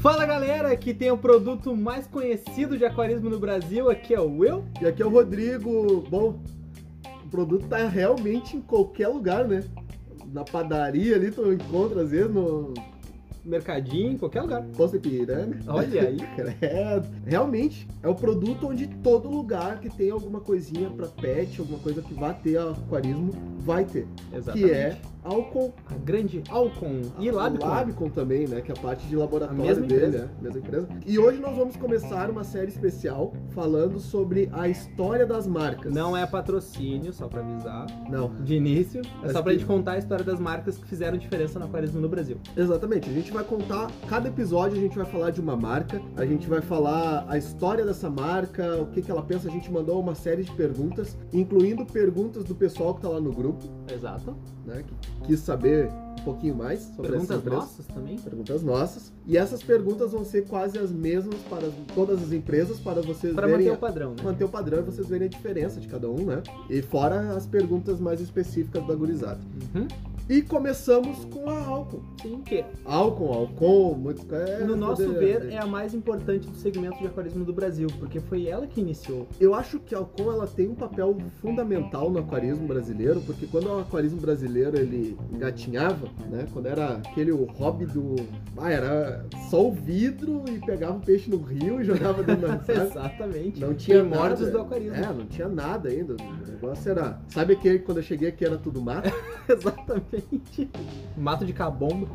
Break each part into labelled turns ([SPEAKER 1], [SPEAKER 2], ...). [SPEAKER 1] Fala galera que tem o produto mais conhecido de aquarismo no Brasil, aqui é o eu.
[SPEAKER 2] E aqui é o Rodrigo. Bom, o produto tá realmente em qualquer lugar, né? Na padaria ali tu encontra às vezes no
[SPEAKER 1] Mercadinho, em qualquer lugar.
[SPEAKER 2] posto de piranga.
[SPEAKER 1] Olha aí.
[SPEAKER 2] Credo. Realmente é o produto onde todo lugar que tem alguma coisinha pra pet, alguma coisa que vá ter aquarismo, vai ter.
[SPEAKER 1] Exatamente.
[SPEAKER 2] Que é álcool
[SPEAKER 1] a grande Alcon e Labcon.
[SPEAKER 2] Labicon também, né? Que é a parte de laboratório
[SPEAKER 1] A mesma
[SPEAKER 2] dele,
[SPEAKER 1] empresa.
[SPEAKER 2] né? Mesma empresa. E hoje nós vamos começar uma série especial falando sobre a história das marcas.
[SPEAKER 1] Não é patrocínio, só pra avisar,
[SPEAKER 2] Não.
[SPEAKER 1] de início. É
[SPEAKER 2] Mas
[SPEAKER 1] só pra
[SPEAKER 2] que-
[SPEAKER 1] gente contar a história das marcas que fizeram diferença no aquarismo no Brasil.
[SPEAKER 2] Exatamente, a gente vai contar, cada episódio a gente vai falar de uma marca, a gente vai falar a história dessa marca, o que, que ela pensa, a gente mandou uma série de perguntas, incluindo perguntas do pessoal que tá lá no grupo,
[SPEAKER 1] Exato.
[SPEAKER 2] né, que quis saber um pouquinho mais sobre essa
[SPEAKER 1] Perguntas
[SPEAKER 2] empresa.
[SPEAKER 1] nossas também?
[SPEAKER 2] Perguntas nossas. E essas perguntas vão ser quase as mesmas para todas as empresas, para vocês
[SPEAKER 1] Pra
[SPEAKER 2] verem
[SPEAKER 1] manter o padrão, né?
[SPEAKER 2] manter o padrão e vocês verem a diferença de cada um, né? E fora as perguntas mais específicas da gurizada.
[SPEAKER 1] Uhum.
[SPEAKER 2] E começamos com a álcool.
[SPEAKER 1] Sim, que
[SPEAKER 2] É, Álcool, álcool, muitos... é,
[SPEAKER 1] no nosso
[SPEAKER 2] poder-
[SPEAKER 1] ver é a mais importante do segmento de aquarismo do Brasil, porque foi ela que iniciou.
[SPEAKER 2] Eu acho que a Alcon ela tem um papel fundamental no aquarismo brasileiro, porque quando o aquarismo brasileiro ele engatinhava, né, quando era aquele o hobby do, ah, era só o vidro e pegava o peixe no rio e jogava dentro da sabe?
[SPEAKER 1] Exatamente.
[SPEAKER 2] Não tinha
[SPEAKER 1] Primórdios
[SPEAKER 2] nada.
[SPEAKER 1] do aquarismo.
[SPEAKER 2] É, não tinha nada ainda. O negócio era, sabe aquele que quando eu cheguei aqui era tudo mato?
[SPEAKER 1] Exatamente. Mato de cabomba.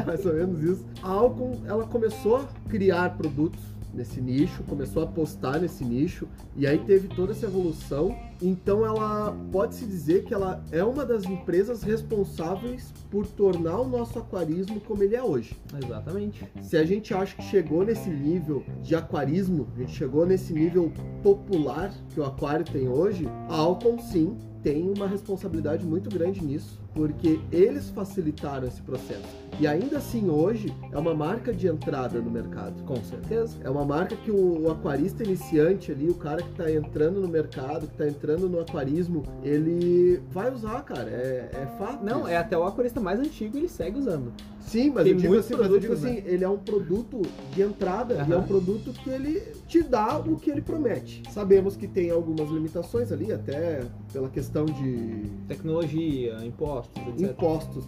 [SPEAKER 2] É, mais ou menos isso. A Alcon, ela começou a criar produtos nesse nicho, começou a apostar nesse nicho, e aí teve toda essa evolução. Então ela pode-se dizer que ela é uma das empresas responsáveis por tornar o nosso aquarismo como ele é hoje.
[SPEAKER 1] Exatamente.
[SPEAKER 2] Se a gente acha que chegou nesse nível de aquarismo, a gente chegou nesse nível popular que o aquário tem hoje, a Alcon sim tem uma responsabilidade muito grande nisso, porque eles facilitaram esse processo. E ainda assim hoje é uma marca de entrada no mercado.
[SPEAKER 1] Com certeza.
[SPEAKER 2] É uma marca que o, o aquarista iniciante ali, o cara que tá entrando no mercado, que tá entrando no aquarismo, ele vai usar, cara. É, é fato.
[SPEAKER 1] Não,
[SPEAKER 2] isso.
[SPEAKER 1] é até o aquarista mais antigo ele segue usando.
[SPEAKER 2] Sim, mas
[SPEAKER 1] Tem
[SPEAKER 2] eu digo
[SPEAKER 1] muitos
[SPEAKER 2] assim, mas eu digo
[SPEAKER 1] produtos,
[SPEAKER 2] assim, ele é um produto de entrada e é
[SPEAKER 1] Aham.
[SPEAKER 2] um produto que ele te dá o que ele promete. Sabemos que tem algumas limitações ali, até pela questão de
[SPEAKER 1] Tecnologia, impostos, etc.
[SPEAKER 2] impostos,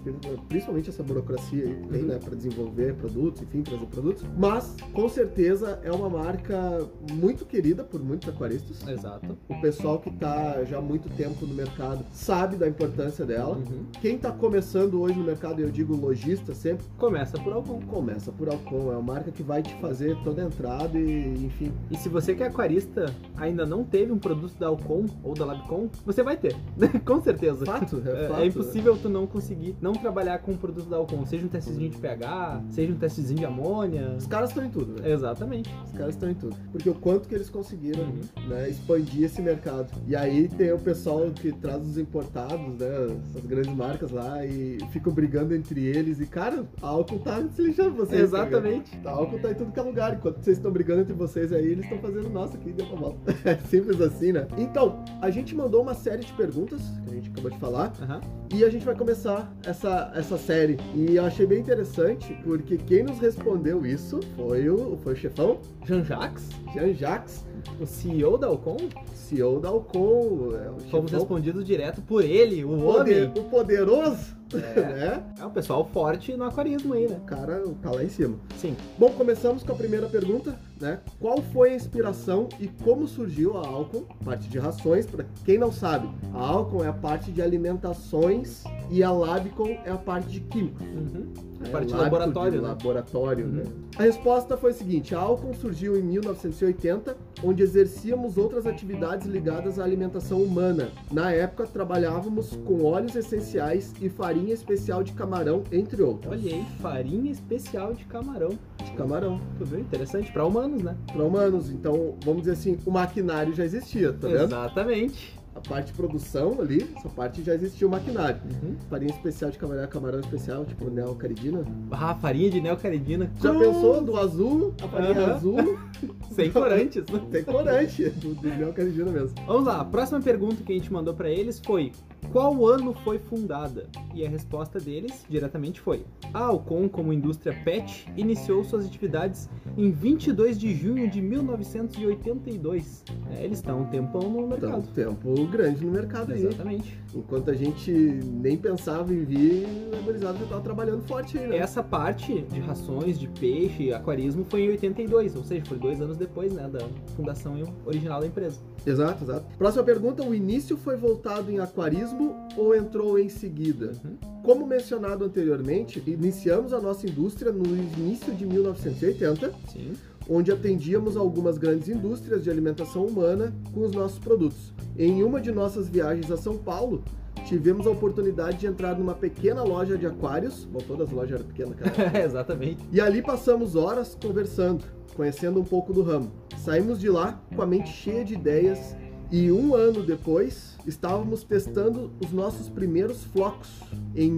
[SPEAKER 2] principalmente essa burocracia aí que tem,
[SPEAKER 1] Uhum.
[SPEAKER 2] né, para desenvolver produtos, enfim, trazer produtos. Mas com certeza é uma marca muito querida por muitos aquaristas.
[SPEAKER 1] Exato.
[SPEAKER 2] O pessoal que tá já há muito tempo no mercado sabe da importância dela.
[SPEAKER 1] Uhum.
[SPEAKER 2] Quem tá começando hoje no mercado, eu digo lojista sempre
[SPEAKER 1] Começa por algum.
[SPEAKER 2] Começa por Alcon, é uma marca que vai te fazer toda a entrada e, enfim,
[SPEAKER 1] E se você que é aquarista ainda não teve um produto da Alcon ou da Labcon, você vai ter. né? Com certeza.
[SPEAKER 2] fato, é,
[SPEAKER 1] É,
[SPEAKER 2] fato.
[SPEAKER 1] é impossível tu não conseguir não trabalhar com um produto da Alcon, seja um testezinho de pH, seja um testezinho de amônia.
[SPEAKER 2] Os caras estão em tudo, velho.
[SPEAKER 1] Exatamente.
[SPEAKER 2] Os caras estão em tudo. Porque o quanto que eles conseguiram né, expandir esse mercado. E aí tem o pessoal que traz os importados, né? As grandes marcas lá e ficam brigando entre eles. E, cara, a Alcon tá desleixando vocês.
[SPEAKER 1] Exatamente.
[SPEAKER 2] Tá, ligado? a Alcon tá em tudo que é lugar. Enquanto vocês estão brigando entre vocês aí, eles estão fazendo nossa aqui, deu uma volta. É simples assim, né? Então, a gente mandou uma série de perguntas que a gente acabou de falar.
[SPEAKER 1] Aham.
[SPEAKER 2] E a gente vai começar essa, essa série. E eu achei bem interessante, porque quem nos respondeu isso foi o, foi o chefão,
[SPEAKER 1] Jean Jacques,
[SPEAKER 2] Jean Jacques,
[SPEAKER 1] o CEO da Alcon,
[SPEAKER 2] CEO da Alcon. É, o
[SPEAKER 1] fomos
[SPEAKER 2] chefão
[SPEAKER 1] respondidos direto por ele, o
[SPEAKER 2] poder-
[SPEAKER 1] homem.
[SPEAKER 2] o poderoso, né?
[SPEAKER 1] É um pessoal forte no aquarismo aí, né?
[SPEAKER 2] O cara tá lá em cima.
[SPEAKER 1] Sim.
[SPEAKER 2] Bom, começamos com a primeira pergunta, né? Qual foi a inspiração e como surgiu a Alcon? Parte de rações, para quem não sabe, a Alcon é a parte de alimentações e a Labicon é a parte de químicos.
[SPEAKER 1] Uhum. A
[SPEAKER 2] É,
[SPEAKER 1] parte de
[SPEAKER 2] lápide,
[SPEAKER 1] laboratório, né?
[SPEAKER 2] laboratório,
[SPEAKER 1] Uhum.
[SPEAKER 2] né? A resposta foi a seguinte: a Alcon surgiu em 1980, onde exercíamos outras atividades ligadas à alimentação humana. Na época, trabalhávamos com óleos essenciais e farinha especial de camarão, entre outros.
[SPEAKER 1] Olha aí, farinha especial de camarão.
[SPEAKER 2] De camarão
[SPEAKER 1] Tu viu? Interessante, pra humanos, né?
[SPEAKER 2] para humanos. Então, vamos dizer assim, o maquinário já existia, tá vendo?
[SPEAKER 1] Exatamente.
[SPEAKER 2] A parte de produção ali, essa parte já existia o maquinário.
[SPEAKER 1] Uhum.
[SPEAKER 2] Farinha especial de camarão, camarão especial, tipo neocaridina.
[SPEAKER 1] Ah, farinha de neocaridina.
[SPEAKER 2] Já
[SPEAKER 1] Cru,
[SPEAKER 2] pensou do azul, a farinha
[SPEAKER 1] Aham.
[SPEAKER 2] azul?
[SPEAKER 1] Sem corantes. né?
[SPEAKER 2] Tem corante do, do Léo Carigino mesmo.
[SPEAKER 1] Vamos lá, a próxima pergunta que a gente mandou pra eles foi Qual ano foi fundada? E a resposta deles diretamente foi: A Alcon, como indústria pet, iniciou suas atividades em 22 de junho de 1982. É, eles estão um tempão no
[SPEAKER 2] Tá um
[SPEAKER 1] mercado.
[SPEAKER 2] tempo grande no mercado aí.
[SPEAKER 1] Exatamente.
[SPEAKER 2] Enquanto a gente nem pensava em vir, a gurizada já tava trabalhando forte aí, né?
[SPEAKER 1] Essa parte de rações, de peixe e aquarismo foi em 82, ou seja, foi dois anos depois né, da fundação original da empresa.
[SPEAKER 2] Exato, exato. Próxima pergunta: o início foi voltado em aquarismo ou entrou em seguida?
[SPEAKER 1] Uhum.
[SPEAKER 2] Como mencionado anteriormente, iniciamos a nossa indústria no início de 1980,
[SPEAKER 1] Sim.
[SPEAKER 2] onde atendíamos algumas grandes indústrias de alimentação humana com os nossos produtos. Em uma de nossas viagens a São Paulo, tivemos a oportunidade de entrar numa pequena loja de aquários. Bom, todas as lojas eram pequenas, cara.
[SPEAKER 1] É, Exatamente.
[SPEAKER 2] E ali passamos horas conversando, conhecendo um pouco do ramo. Saímos de lá com a mente cheia de ideias e um ano depois estávamos testando os nossos primeiros flocos. Em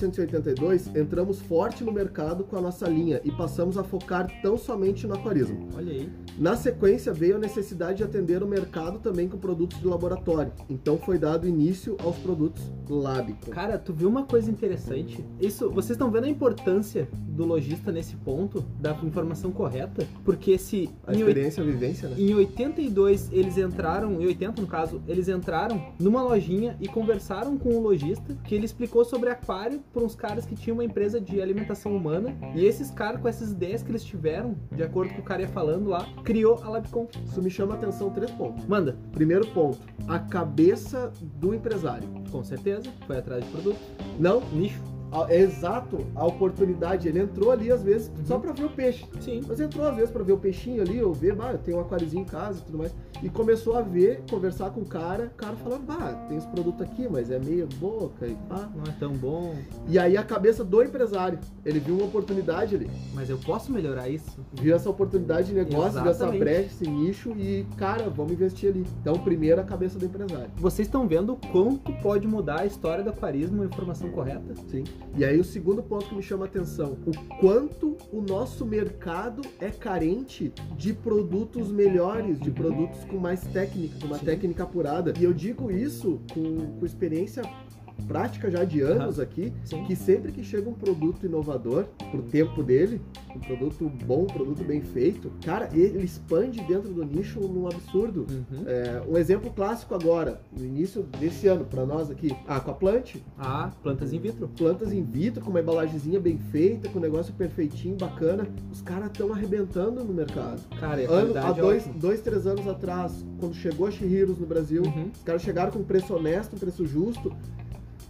[SPEAKER 2] 1982 entramos forte no mercado com a nossa linha e passamos a focar tão somente no aquarismo.
[SPEAKER 1] Olha aí.
[SPEAKER 2] Na sequência veio a necessidade de atender o mercado também com produtos de laboratório, então foi dado início aos produtos Labico.
[SPEAKER 1] Cara, tu viu uma coisa interessante? Isso, vocês estão vendo a importância do lojista nesse ponto, da informação correta? Porque se
[SPEAKER 2] A
[SPEAKER 1] em, oit-
[SPEAKER 2] experiência, a vivência, né?
[SPEAKER 1] em 82 eles entraram, em 80 no caso, eles entraram numa lojinha e conversaram com o lojista, que ele explicou sobre aquário para uns caras que tinham uma empresa de alimentação humana, e esses caras com essas ideias que eles tiveram, de acordo com o cara ia falando lá, criou a Labcom.
[SPEAKER 2] Isso me chama a atenção três pontos.
[SPEAKER 1] Manda,
[SPEAKER 2] Primeiro ponto, a cabeça do empresário.
[SPEAKER 1] com certeza, foi atrás de produto,
[SPEAKER 2] Não,
[SPEAKER 1] nicho,
[SPEAKER 2] a- é exato a oportunidade. Ele entrou ali às vezes
[SPEAKER 1] Uhum.
[SPEAKER 2] só pra ver o peixe.
[SPEAKER 1] sim.
[SPEAKER 2] Mas entrou às vezes pra ver o peixinho ali, ou ver, bah, eu tenho um aquáriozinho em casa e tudo mais. E começou a ver, conversar com o cara, o cara falando, bah, tem esse produto aqui, mas é meio boca e pá.
[SPEAKER 1] Não é tão bom,
[SPEAKER 2] E aí a cabeça do empresário, ele viu uma oportunidade ali,
[SPEAKER 1] mas eu posso melhorar isso?
[SPEAKER 2] viu essa oportunidade de negócio, viu essa
[SPEAKER 1] Exatamente.
[SPEAKER 2] brecha, esse nicho e, cara, vamos investir ali. Então, primeiro a cabeça do empresário.
[SPEAKER 1] Vocês estão vendo quanto pode mudar a história do aquarismo, a informação correta?
[SPEAKER 2] Sim. E aí o segundo ponto que me chama a atenção, o quanto o nosso mercado é carente de produtos melhores, de produtos com mais técnica, com uma
[SPEAKER 1] Sim.
[SPEAKER 2] técnica apurada. E eu digo isso com, com experiência prática já de anos aqui,
[SPEAKER 1] Sim.
[SPEAKER 2] que sempre que chega um produto inovador pro tempo dele, um produto bom, um produto bem feito, cara, ele expande dentro do nicho num absurdo.
[SPEAKER 1] Uhum.
[SPEAKER 2] É, um exemplo clássico agora, no início desse ano, para nós aqui, a Aquaplant,
[SPEAKER 1] Ah, plantas in vitro.
[SPEAKER 2] plantas in vitro, com uma embalagenzinha bem feita, com um negócio perfeitinho, bacana. Os caras estão arrebentando no mercado.
[SPEAKER 1] Cara, e a
[SPEAKER 2] Ano,
[SPEAKER 1] qualidade
[SPEAKER 2] há
[SPEAKER 1] é
[SPEAKER 2] dois,
[SPEAKER 1] ótima.
[SPEAKER 2] dois, três anos atrás, quando chegou a Shihiros no Brasil,
[SPEAKER 1] Uhum.
[SPEAKER 2] os caras chegaram com um preço honesto, um preço justo.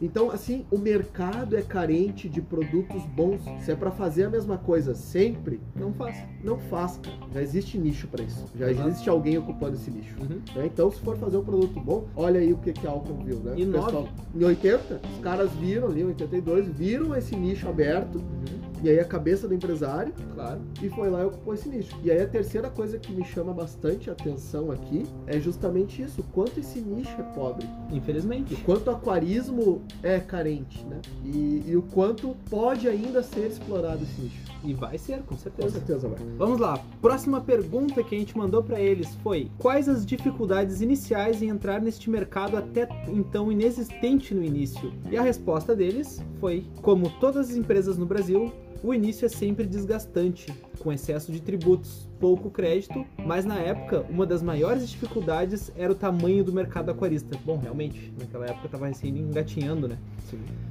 [SPEAKER 2] Então, assim, o mercado é carente de produtos bons. Se é pra fazer a mesma coisa sempre,
[SPEAKER 1] Não faço.
[SPEAKER 2] não faz, cara. Já existe nicho pra isso. Já
[SPEAKER 1] Exato.
[SPEAKER 2] existe alguém ocupando esse nicho.
[SPEAKER 1] Uhum.
[SPEAKER 2] né? Então, se for fazer um produto bom, olha aí o que, que a Alcon viu, né?
[SPEAKER 1] E
[SPEAKER 2] O
[SPEAKER 1] nove.
[SPEAKER 2] em 80, os caras viram ali, em 82, viram esse nicho aberto,
[SPEAKER 1] Uhum.
[SPEAKER 2] e aí a cabeça do empresário,
[SPEAKER 1] Claro.
[SPEAKER 2] e foi lá e ocupou esse nicho. E aí a terceira coisa que me chama bastante atenção aqui é justamente isso, o quanto esse nicho é pobre,
[SPEAKER 1] Infelizmente.
[SPEAKER 2] o quanto o aquarismo é carente, né? E, e o quanto pode ainda ser explorado esse nicho.
[SPEAKER 1] E vai ser, com
[SPEAKER 2] Com
[SPEAKER 1] certeza.
[SPEAKER 2] certeza, vai.
[SPEAKER 1] Vamos lá. Próxima pergunta que a gente mandou pra eles foi: Quais as dificuldades iniciais em entrar neste mercado até então inexistente no início? E a resposta deles foi: Como todas as empresas no Brasil, o início é sempre desgastante, com excesso de tributos, pouco crédito, mas na época uma das maiores dificuldades era o tamanho do mercado aquarista. Bom, realmente, naquela época tava recém engatinhando, né?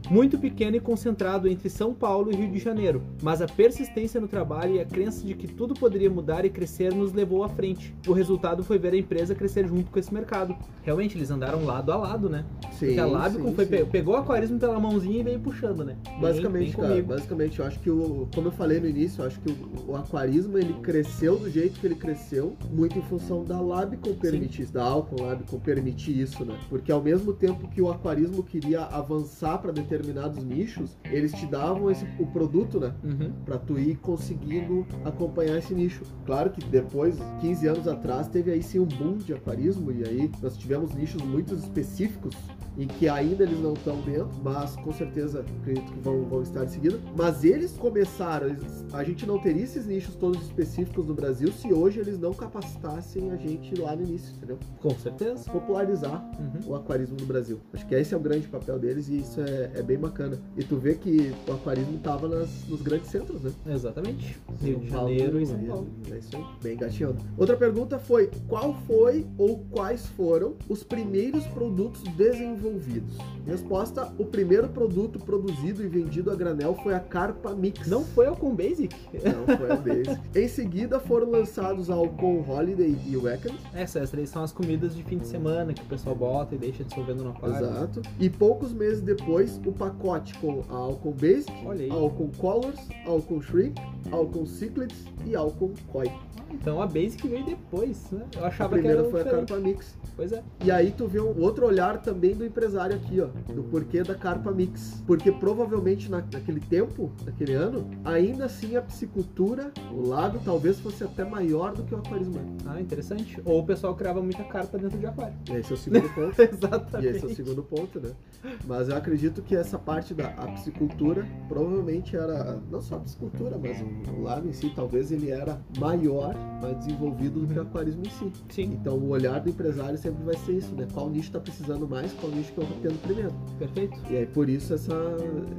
[SPEAKER 1] muito pequeno e concentrado entre São Paulo e Rio de Janeiro, mas a persistência no trabalho e a crença de que tudo poderia mudar e crescer nos levou à frente. O resultado foi ver a empresa crescer junto com esse mercado. Realmente, eles andaram lado a lado, né?
[SPEAKER 2] Sim,
[SPEAKER 1] Porque a
[SPEAKER 2] sim,
[SPEAKER 1] Labicon foi,
[SPEAKER 2] sim.
[SPEAKER 1] pe- pegou o aquarismo pela mãozinha e veio puxando, né? Vem-
[SPEAKER 2] Basicamente,
[SPEAKER 1] vem
[SPEAKER 2] cara,
[SPEAKER 1] comigo.
[SPEAKER 2] basicamente, eu acho que o, como eu falei no início, eu acho que o, o aquarismo ele cresceu do jeito que ele cresceu, muito em função da Labcom permitir isso, da Alcon Labcom permitir isso, né? Porque ao mesmo tempo que o aquarismo queria avançar para determinados nichos, eles te davam esse, o produto, né?
[SPEAKER 1] Uhum.
[SPEAKER 2] Pra tu ir conseguindo acompanhar esse nicho. Claro que depois, 15 anos atrás, teve aí sim um boom de aquarismo, e aí nós tivemos nichos muito específicos em que ainda eles não estão dentro, mas com certeza acredito que vão, vão estar em seguida. Mas eles começaram, eles- a gente não teria esses nichos todos específicos no Brasil se hoje eles não capacitassem a gente lá no início, entendeu?
[SPEAKER 1] Com certeza.
[SPEAKER 2] Popularizar
[SPEAKER 1] Uhum.
[SPEAKER 2] o aquarismo no Brasil. Acho que esse é o grande papel deles e isso é, é bem bacana. E tu vê que o aquarismo tava nas- nos grandes centros, né?
[SPEAKER 1] Exatamente. Rio de
[SPEAKER 2] Paulo,
[SPEAKER 1] Janeiro e São
[SPEAKER 2] Rio,
[SPEAKER 1] Paulo.
[SPEAKER 2] É isso aí, bem gatinhando. Outra pergunta foi: qual foi ou quais foram os primeiros produtos desenvolvidos? Resposta: o primeiro produto produzido e vendido a granel foi a Carpa Mix.
[SPEAKER 1] Não foi ao Com Basic?
[SPEAKER 2] Não foi a Daisy. em seguida foram lançados a Alcon Holiday e Weekend.
[SPEAKER 1] Essas três são as comidas de fim
[SPEAKER 2] Hum.
[SPEAKER 1] de semana que o pessoal bota e deixa dissolvendo no aquário.
[SPEAKER 2] Exato. E poucos meses depois, o pacote com a Alcon Basic,
[SPEAKER 1] Olha aí.
[SPEAKER 2] a Alcon Colors, a Alcon Shrink, a Alcon Cichlids e a Alcon Koi.
[SPEAKER 1] Então a Basic veio depois, né? Eu
[SPEAKER 2] A
[SPEAKER 1] achava que era
[SPEAKER 2] primeira foi a
[SPEAKER 1] diferente.
[SPEAKER 2] Carpa Mix.
[SPEAKER 1] Pois é.
[SPEAKER 2] E aí tu vê um outro olhar também do empresário aqui, ó, do porquê da Carpa Mix. Porque provavelmente na- naquele tempo, naquele ano, ainda assim a piscicultura, o lago talvez fosse até maior do que o aquarismo.
[SPEAKER 1] Ah, interessante. Ou o pessoal criava muita carpa dentro de aquário.
[SPEAKER 2] Esse é o segundo ponto. E
[SPEAKER 1] Exatamente.
[SPEAKER 2] esse é o segundo ponto, né? Mas eu acredito que essa parte da a piscicultura provavelmente era, não só a piscicultura, mas o, o lago em si, talvez ele era maior, mais desenvolvido do que o aquarismo em si.
[SPEAKER 1] Sim,
[SPEAKER 2] Então o olhar do empresário sempre vai ser isso, né? Qual nicho está precisando mais, qual nicho que eu vou tendo primeiro.
[SPEAKER 1] perfeito.
[SPEAKER 2] E aí por isso essa,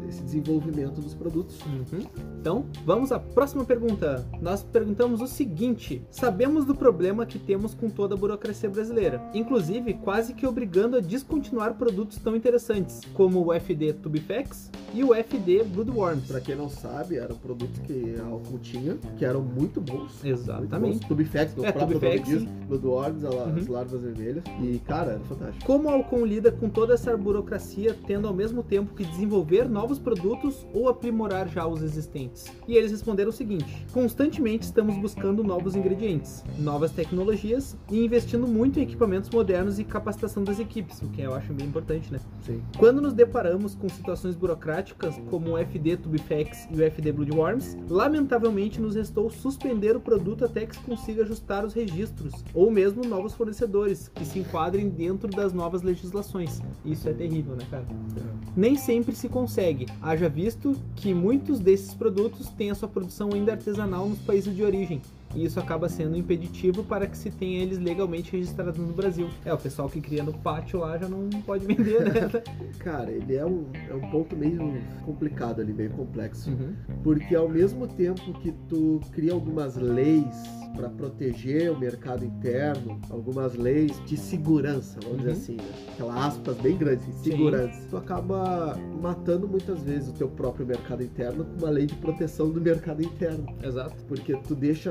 [SPEAKER 2] esse desenvolvimento dos produtos.
[SPEAKER 1] Uhum. Então, vamos à próxima pergunta. Nós perguntamos o seguinte: sabemos do problema que temos com toda a burocracia brasileira, inclusive quase que obrigando a descontinuar produtos tão interessantes, como o FD Tubifex e o FD Bloodworms.
[SPEAKER 2] Pra quem não sabe, eram produtos que a Alcon tinha, que eram muito bons.
[SPEAKER 1] Exatamente.
[SPEAKER 2] Tubifex, no
[SPEAKER 1] É,
[SPEAKER 2] próprio
[SPEAKER 1] Tubifex,
[SPEAKER 2] nome diz, Blood Orbs, ela-
[SPEAKER 1] Uhum.
[SPEAKER 2] as larvas vermelhas. E, cara, era fantástico.
[SPEAKER 1] Como a Alcon lida com toda essa burocracia, tendo ao mesmo tempo que desenvolver novos produtos ou aprimorar já os existentes? E eles responderam o seguinte: constantemente estamos buscando novos ingredientes, novas tecnologias e investindo muito em equipamentos modernos e capacitação das equipes, o que eu acho bem importante, né?
[SPEAKER 2] Sim.
[SPEAKER 1] Quando nos deparamos com situações burocráticas como o FD Tubifex e o FD Bloodworms, lamentavelmente nos restou suspender o produto até que se consiga ajustar os registros ou mesmo novos fornecedores que se enquadrem dentro das novas legislações. Isso é terrível, né, cara? Nem sempre se consegue, haja visto que muitos desses produtos têm a sua produção ainda artesanal nos países de origem. E isso acaba sendo impeditivo para que se tenha eles legalmente registrados no Brasil. É, o pessoal que cria no pátio lá já não pode vender, né?
[SPEAKER 2] Cara, ele é um, é um ponto meio complicado ali, meio complexo.
[SPEAKER 1] Uhum.
[SPEAKER 2] Porque ao mesmo tempo que tu cria algumas leis para proteger o mercado interno, algumas leis de segurança, vamos dizer
[SPEAKER 1] Uhum.
[SPEAKER 2] assim, né? aquela aspas bem grande, assim,
[SPEAKER 1] Sim.
[SPEAKER 2] segurança. Tu acaba matando muitas vezes o teu próprio mercado interno com uma lei de proteção do mercado interno.
[SPEAKER 1] Exato.
[SPEAKER 2] porque tu deixa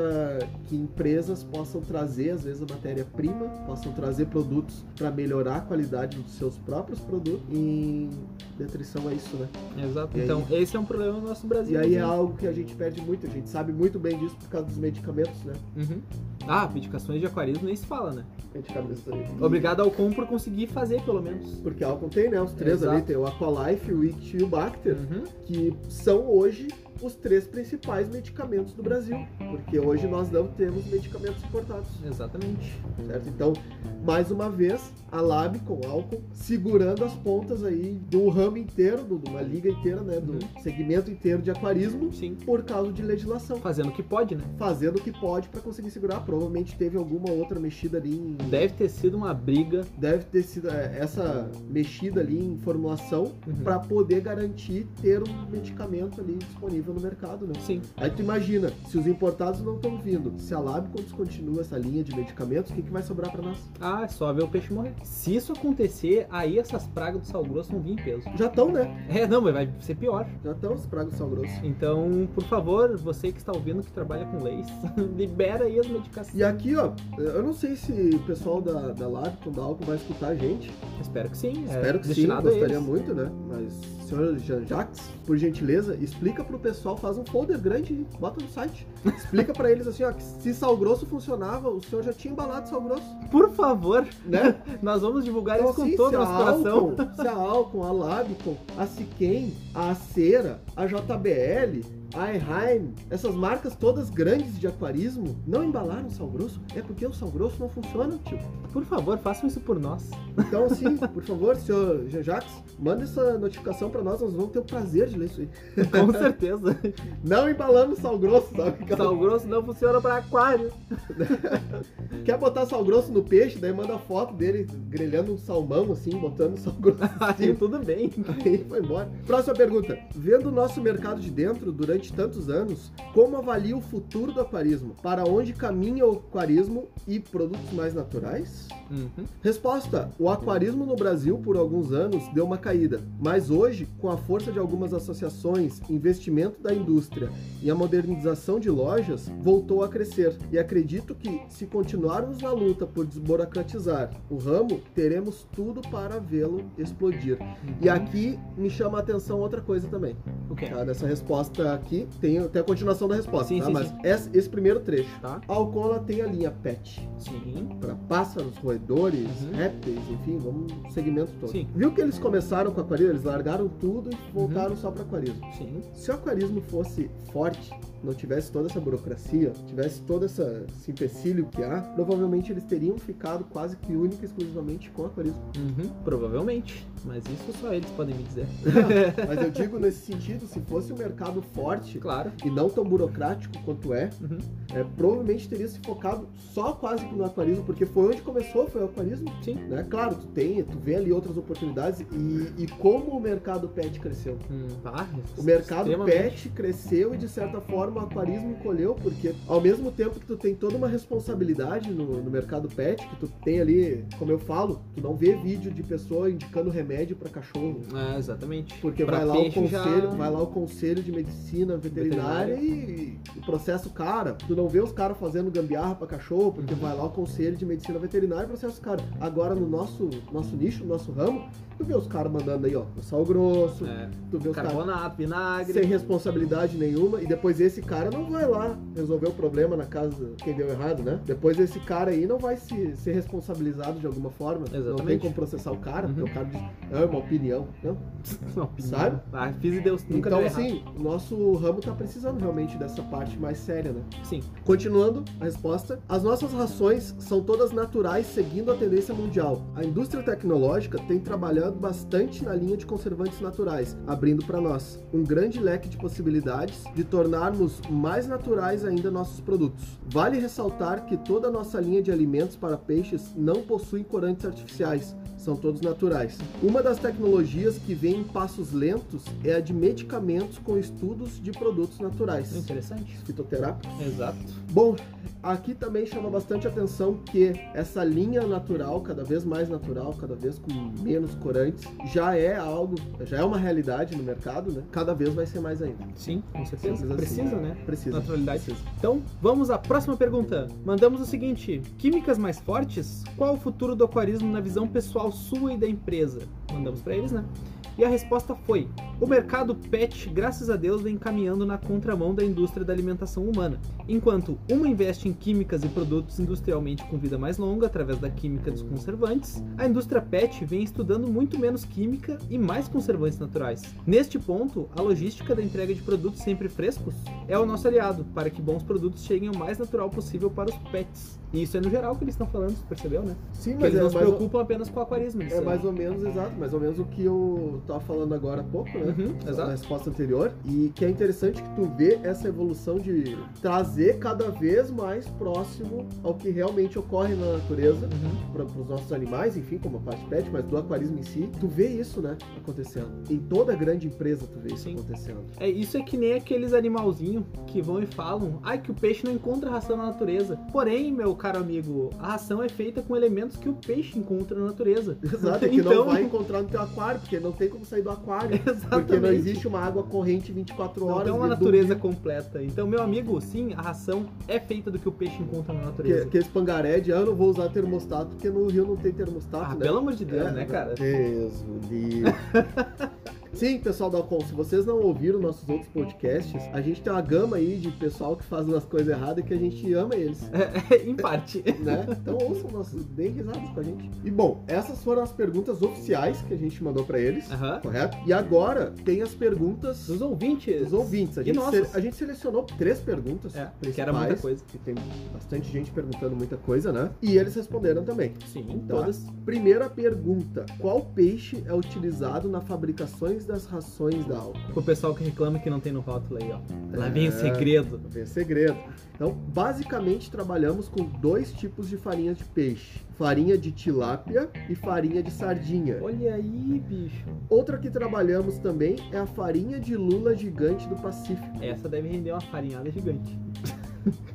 [SPEAKER 2] que empresas possam trazer às vezes a matéria-prima, possam trazer produtos para melhorar a qualidade dos seus próprios produtos em detrição a isso, né?
[SPEAKER 1] Exato.
[SPEAKER 2] E aí?
[SPEAKER 1] Então, esse é um problema no nosso Brasil.
[SPEAKER 2] E aí é
[SPEAKER 1] né?
[SPEAKER 2] algo que a gente perde muito, a gente sabe muito bem disso por causa dos medicamentos, né?
[SPEAKER 1] Uhum. Ah, medicações de aquarismo nem se fala, né?
[SPEAKER 2] Medicamentos aí.
[SPEAKER 1] Obrigado ao Com por conseguir fazer, pelo menos.
[SPEAKER 2] Porque álcool tem, né? Os três
[SPEAKER 1] Exato.
[SPEAKER 2] ali, tem o Aqualife, o Ict e o Bacter,
[SPEAKER 1] Uhum.
[SPEAKER 2] que são hoje os três principais medicamentos do Brasil, porque hoje nós não temos medicamentos importados.
[SPEAKER 1] Exatamente.
[SPEAKER 2] certo? Então, mais uma vez, a Lab com álcool segurando as pontas aí do ramo inteiro, do- de uma liga inteira, né? Do
[SPEAKER 1] Uhum.
[SPEAKER 2] segmento inteiro de aquarismo
[SPEAKER 1] Sim.
[SPEAKER 2] por causa de legislação.
[SPEAKER 1] Fazendo o que pode, né?
[SPEAKER 2] Fazendo o que pode para conseguir segurar. Provavelmente teve alguma outra mexida ali em.
[SPEAKER 1] Deve ter sido uma briga
[SPEAKER 2] Deve ter sido é, essa mexida ali em formulação
[SPEAKER 1] uhum.
[SPEAKER 2] para poder garantir ter um medicamento ali disponível no mercado, né?
[SPEAKER 1] Sim.
[SPEAKER 2] Aí tu imagina, se os importados não estão vindo, se a Labcom descontinua essa linha de medicamentos, o que, que vai sobrar para nós?
[SPEAKER 1] Ah, é só ver o peixe morrer. Se isso acontecer, aí essas pragas do sal grosso vão vir em peso.
[SPEAKER 2] Já estão, né?
[SPEAKER 1] É, não, mas vai ser pior.
[SPEAKER 2] Já estão os pragas do sal grosso.
[SPEAKER 1] Então, por favor, você que está ouvindo que trabalha com leis, libera aí as medicações.
[SPEAKER 2] E aqui, ó, eu não sei se o pessoal da, da Labcom, da Alco vai escutar a gente.
[SPEAKER 1] Espero que sim. é
[SPEAKER 2] Espero que sim,
[SPEAKER 1] destinado a
[SPEAKER 2] gostaria
[SPEAKER 1] eles.
[SPEAKER 2] muito, né? Mas, senhor Jean Jacques, por gentileza, explica pro pessoal, faz um folder grande e bota no site. Explica pra eles assim, ó, que se sal grosso funcionava, o senhor já tinha embalado sal grosso,
[SPEAKER 1] Por favor,
[SPEAKER 2] né?
[SPEAKER 1] nós vamos divulgar
[SPEAKER 2] Então,
[SPEAKER 1] isso com
[SPEAKER 2] assim,
[SPEAKER 1] todo
[SPEAKER 2] se
[SPEAKER 1] o nosso
[SPEAKER 2] a
[SPEAKER 1] coração.
[SPEAKER 2] Alcon- se a Alcon, a Labcom, a Siquem, a Acera, a JBL, a Eheim, essas marcas todas grandes de aquarismo, não embalaram sal grosso, é porque o sal grosso não funciona, tio.
[SPEAKER 1] Por favor, façam isso por nós.
[SPEAKER 2] Então, assim, por favor, senhor Jean Jacques, manda essa notificação pra nós, nós vamos ter o prazer de ler isso aí.
[SPEAKER 1] Com certeza. certeza.
[SPEAKER 2] Não embalamos sal grosso, sabe? Aquela-
[SPEAKER 1] Sal grosso não funciona pra aquário.
[SPEAKER 2] Quer botar sal grosso no peixe, daí manda foto dele grelhando um salmão, assim, botando sal grosso.
[SPEAKER 1] Aí tudo bem.
[SPEAKER 2] Aí foi embora. Próxima pergunta. Vendo o nosso mercado de dentro durante tantos anos, como avalia o futuro do aquarismo? Para onde caminha o aquarismo e produtos mais naturais?
[SPEAKER 1] Uhum.
[SPEAKER 2] Resposta: O aquarismo no Brasil por alguns anos deu uma caída, mas hoje, com a força de algumas associações, investimento da indústria e a modernização de lojas, voltou a crescer. E acredito que, se continuarmos na luta por desburocratizar o ramo, teremos tudo para vê-lo explodir. E aqui me chama a atenção outra coisa também.
[SPEAKER 1] O que
[SPEAKER 2] Tá? Nessa resposta aqui, tem, tem a continuação da resposta,
[SPEAKER 1] Sim,
[SPEAKER 2] tá?
[SPEAKER 1] sim,
[SPEAKER 2] mas
[SPEAKER 1] sim.
[SPEAKER 2] Esse, esse primeiro trecho.
[SPEAKER 1] Tá?
[SPEAKER 2] A Alcola tem a linha PET
[SPEAKER 1] Sim.
[SPEAKER 2] para pássaros, roedores,
[SPEAKER 1] Uhum.
[SPEAKER 2] répteis, enfim, vamos no segmento todo.
[SPEAKER 1] Sim.
[SPEAKER 2] Viu que eles começaram com aquarismo, eles largaram tudo e
[SPEAKER 1] Uhum.
[SPEAKER 2] voltaram só para aquarismo.
[SPEAKER 1] Sim.
[SPEAKER 2] Se o aquarismo fosse forte, não tivesse toda essa burocracia, tivesse todo essa, esse empecilho que há, provavelmente eles teriam ficado quase que única e exclusivamente com aquarismo.
[SPEAKER 1] Uhum. Provavelmente. Mas isso só eles podem me dizer.
[SPEAKER 2] Mas eu digo nesse sentido, se fosse um mercado forte
[SPEAKER 1] Claro.
[SPEAKER 2] e não tão burocrático quanto é,
[SPEAKER 1] Uhum.
[SPEAKER 2] é, provavelmente teria se focado só quase que no aquarismo, porque foi onde começou, foi o aquarismo.
[SPEAKER 1] Sim.
[SPEAKER 2] né? Claro, tu tem, tu vê ali outras oportunidades e, e como o mercado pet cresceu.
[SPEAKER 1] Hum, tá.
[SPEAKER 2] O mercado
[SPEAKER 1] Extremamente.
[SPEAKER 2] pet cresceu e de certa forma o aquarismo colheu, porque ao mesmo tempo que tu tem toda uma responsabilidade no, no mercado pet, que tu tem ali, como eu falo, tu não vê vídeo de pessoa indicando remédio pra cachorro. né?
[SPEAKER 1] É, exatamente.
[SPEAKER 2] Porque
[SPEAKER 1] Pra
[SPEAKER 2] vai lá, o
[SPEAKER 1] peixe já-
[SPEAKER 2] conselho, vai lá o conselho de medicina veterinária, e, e processa o cara. Tu não vê os caras fazendo gambiarra pra cachorro,
[SPEAKER 1] Uhum.
[SPEAKER 2] porque vai lá o conselho de medicina veterinária e processa o cara. Agora no nosso, nosso nicho, no nosso ramo, tu vê os caras mandando aí, ó, o sal grosso,
[SPEAKER 1] É,
[SPEAKER 2] tu vê os caras
[SPEAKER 1] carbonato, vinagre.
[SPEAKER 2] sem responsabilidade nenhuma, e depois esse cara não vai lá resolver o problema na casa quem deu errado, né? Depois esse cara aí não vai se, ser responsabilizado de alguma forma. Não tem
[SPEAKER 1] Exatamente.
[SPEAKER 2] como processar o cara,
[SPEAKER 1] Uhum.
[SPEAKER 2] porque o cara diz, é uma opinião. Não,
[SPEAKER 1] Não,
[SPEAKER 2] Sabe?
[SPEAKER 1] Ah, fiz e Deus nunca
[SPEAKER 2] então,
[SPEAKER 1] deu errado.
[SPEAKER 2] assim, o nosso ramo tá precisando realmente dessa parte mais séria, né?
[SPEAKER 1] Sim.
[SPEAKER 2] Continuando a resposta, as nossas rações são todas naturais seguindo a tendência mundial. A indústria tecnológica tem trabalhado bastante na linha de conservantes naturais, abrindo para nós um grande leque de possibilidades de tornarmos mais naturais ainda nossos produtos. Vale ressaltar que toda a nossa linha de alimentos para peixes não possui corantes artificiais, são todos naturais. Uma das tecnologias que vem em passos lentos é a de medicamentos com estudos de produtos naturais.
[SPEAKER 1] Interessante.
[SPEAKER 2] Fitoterápicos.
[SPEAKER 1] Exato.
[SPEAKER 2] Bom, aqui também chama bastante atenção que essa linha natural, cada vez mais natural, cada vez com menos corantes, já é algo, já é uma realidade no mercado, né? Cada vez vai ser mais ainda.
[SPEAKER 1] Sim, com certeza.
[SPEAKER 2] Simples assim,
[SPEAKER 1] Precisa, né?
[SPEAKER 2] Precisa.
[SPEAKER 1] Naturalidade. Então, vamos à próxima pergunta. Mandamos o seguinte: Químicas mais fortes? Qual o futuro do aquarismo na visão pessoal sua e da empresa? Mandamos pra eles, né? E a resposta foi: O mercado pet, graças a Deus, vem caminhando na contramão da indústria da alimentação humana. Enquanto uma investe em químicas e produtos industrialmente com vida mais longa através da química dos conservantes, a indústria pet vem estudando muito menos química e mais conservantes naturais. Neste ponto, a logística da entrega de produtos sempre frescos é o nosso aliado para que bons produtos cheguem o mais natural possível para os pets. E isso é no geral que eles estão falando, você percebeu, né?
[SPEAKER 2] Sim,
[SPEAKER 1] Que
[SPEAKER 2] mas
[SPEAKER 1] eles
[SPEAKER 2] é
[SPEAKER 1] não se
[SPEAKER 2] mais, ou,
[SPEAKER 1] preocupam apenas com né? o aquarismo. eles
[SPEAKER 2] é
[SPEAKER 1] são-
[SPEAKER 2] mais ou menos, exato, mais ou menos o que eu tava falando agora há pouco, né?
[SPEAKER 1] Uhum,
[SPEAKER 2] na
[SPEAKER 1] exato.
[SPEAKER 2] resposta anterior. E que é interessante que tu vê essa evolução de trazer cada vez mais próximo ao que realmente ocorre na natureza.
[SPEAKER 1] Uhum.
[SPEAKER 2] para os nossos animais, enfim, como a parte pet, mas do aquarismo em si, tu vê isso, né, acontecendo. Em toda grande empresa tu vê isso
[SPEAKER 1] Sim.
[SPEAKER 2] acontecendo.
[SPEAKER 1] É, isso é que nem aqueles animalzinhos que vão e falam ai que o peixe não encontra ração na natureza. Porém, meu caro amigo, a ração é feita com elementos que o peixe encontra na natureza.
[SPEAKER 2] Exato, é que
[SPEAKER 1] Então-
[SPEAKER 2] não vai encontrar no teu aquário, porque não tem como sair do aquário.
[SPEAKER 1] Exatamente.
[SPEAKER 2] Porque não existe uma água corrente 24
[SPEAKER 1] Não
[SPEAKER 2] horas.
[SPEAKER 1] tem uma
[SPEAKER 2] de-
[SPEAKER 1] natureza completa. Então, meu amigo, sim, a ração é feita do que o peixe encontra na
[SPEAKER 2] Que,
[SPEAKER 1] natureza.
[SPEAKER 2] que esse pangaré de, ah, eu não vou usar termostato, porque no Rio não tem termostato,
[SPEAKER 1] Ah,
[SPEAKER 2] né?
[SPEAKER 1] pelo amor de Deus,
[SPEAKER 2] É,
[SPEAKER 1] né, cara?
[SPEAKER 2] Deus, me livre. Sim, pessoal da Alcon, se vocês não ouviram nossos outros podcasts, a gente tem uma gama aí de pessoal que faz umas coisas erradas e que a gente ama eles.
[SPEAKER 1] em parte.
[SPEAKER 2] né? Então ouçam nossos, deem risadas com a gente. E bom, essas foram as perguntas oficiais que a gente mandou pra eles,
[SPEAKER 1] Aham.
[SPEAKER 2] correto? E agora tem as perguntas
[SPEAKER 1] Dos ouvintes.
[SPEAKER 2] dos ouvintes. A
[SPEAKER 1] E
[SPEAKER 2] gente,
[SPEAKER 1] nossas?
[SPEAKER 2] se- a gente selecionou três perguntas
[SPEAKER 1] É,
[SPEAKER 2] principais.
[SPEAKER 1] que era muita coisa.
[SPEAKER 2] Que tem bastante gente perguntando muita coisa, né? E eles responderam também.
[SPEAKER 1] Sim,
[SPEAKER 2] Tá.
[SPEAKER 1] todas.
[SPEAKER 2] Primeira pergunta: Qual peixe é utilizado na fabricações das rações da Alcon.
[SPEAKER 1] O pessoal que reclama que não tem no rótulo aí, ó. Lá vem
[SPEAKER 2] É.
[SPEAKER 1] o segredo.
[SPEAKER 2] Vem segredo. Então, basicamente, trabalhamos com dois tipos de farinha de peixe: farinha de tilápia e farinha de sardinha.
[SPEAKER 1] Olha aí, bicho.
[SPEAKER 2] Outra que trabalhamos também é a farinha de lula gigante do Pacífico.
[SPEAKER 1] Essa deve render uma farinhada gigante.